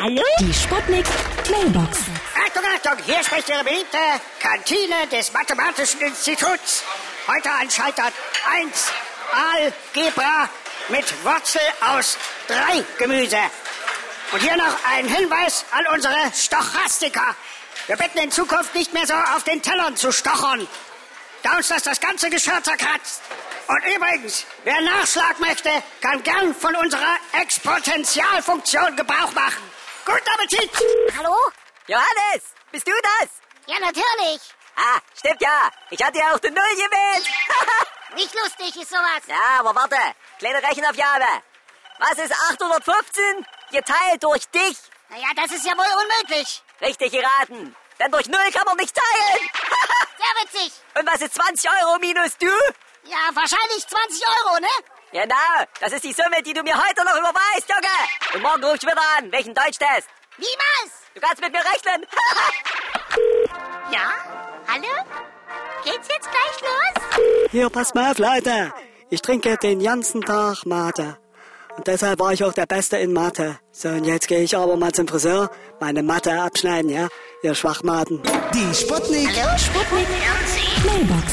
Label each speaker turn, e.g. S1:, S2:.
S1: Hallo?
S2: Die Sputnik Mailbox.
S3: Achtung, Achtung, hier spricht Ihre beliebte Kantine des Mathematischen Instituts. Heute an Scheitern 1 Algebra mit Wurzel aus 3 Gemüse. Und hier noch ein Hinweis an unsere Stochastiker. Wir bitten in Zukunft nicht mehr so auf den Tellern zu stochern, da uns das das ganze Geschirr zerkratzt. Und übrigens, wer Nachschlag möchte, kann gern von unserer Exponentialfunktion Gebrauch machen. Guten Appetit!
S1: Hallo?
S4: Johannes, bist du das?
S1: Ja, natürlich.
S4: Ah, stimmt ja. Ich hatte ja auch die Null gewählt.
S1: Nicht lustig ist sowas.
S4: ja, aber warte. Kleine Rechenaufgabe. Was ist 815 geteilt durch dich?
S1: Naja, das ist ja wohl unmöglich.
S4: Richtig geraten. Denn durch Null kann man nicht teilen.
S1: Sehr witzig.
S4: Und was ist 20 Euro minus du?
S1: Ja, wahrscheinlich 20 Euro, ne?
S4: Genau, das ist die Summe, die du mir heute noch überweist, Junge. Und morgen rufst du wieder an, welchen Deutschtest.
S1: Niemals.
S4: Du kannst mit mir rechnen.
S1: Ja? Hallo? Geht's jetzt gleich los?
S5: Hier, pass mal auf, Leute. Ich trinke den ganzen Tag Mate. Und deshalb war ich auch der Beste in Mathe. So, und jetzt gehe ich aber mal zum Friseur, meine Matte abschneiden, ja? Ihr Schwachmaten.
S6: Die Sputnik.
S2: Sputnik Mailbox.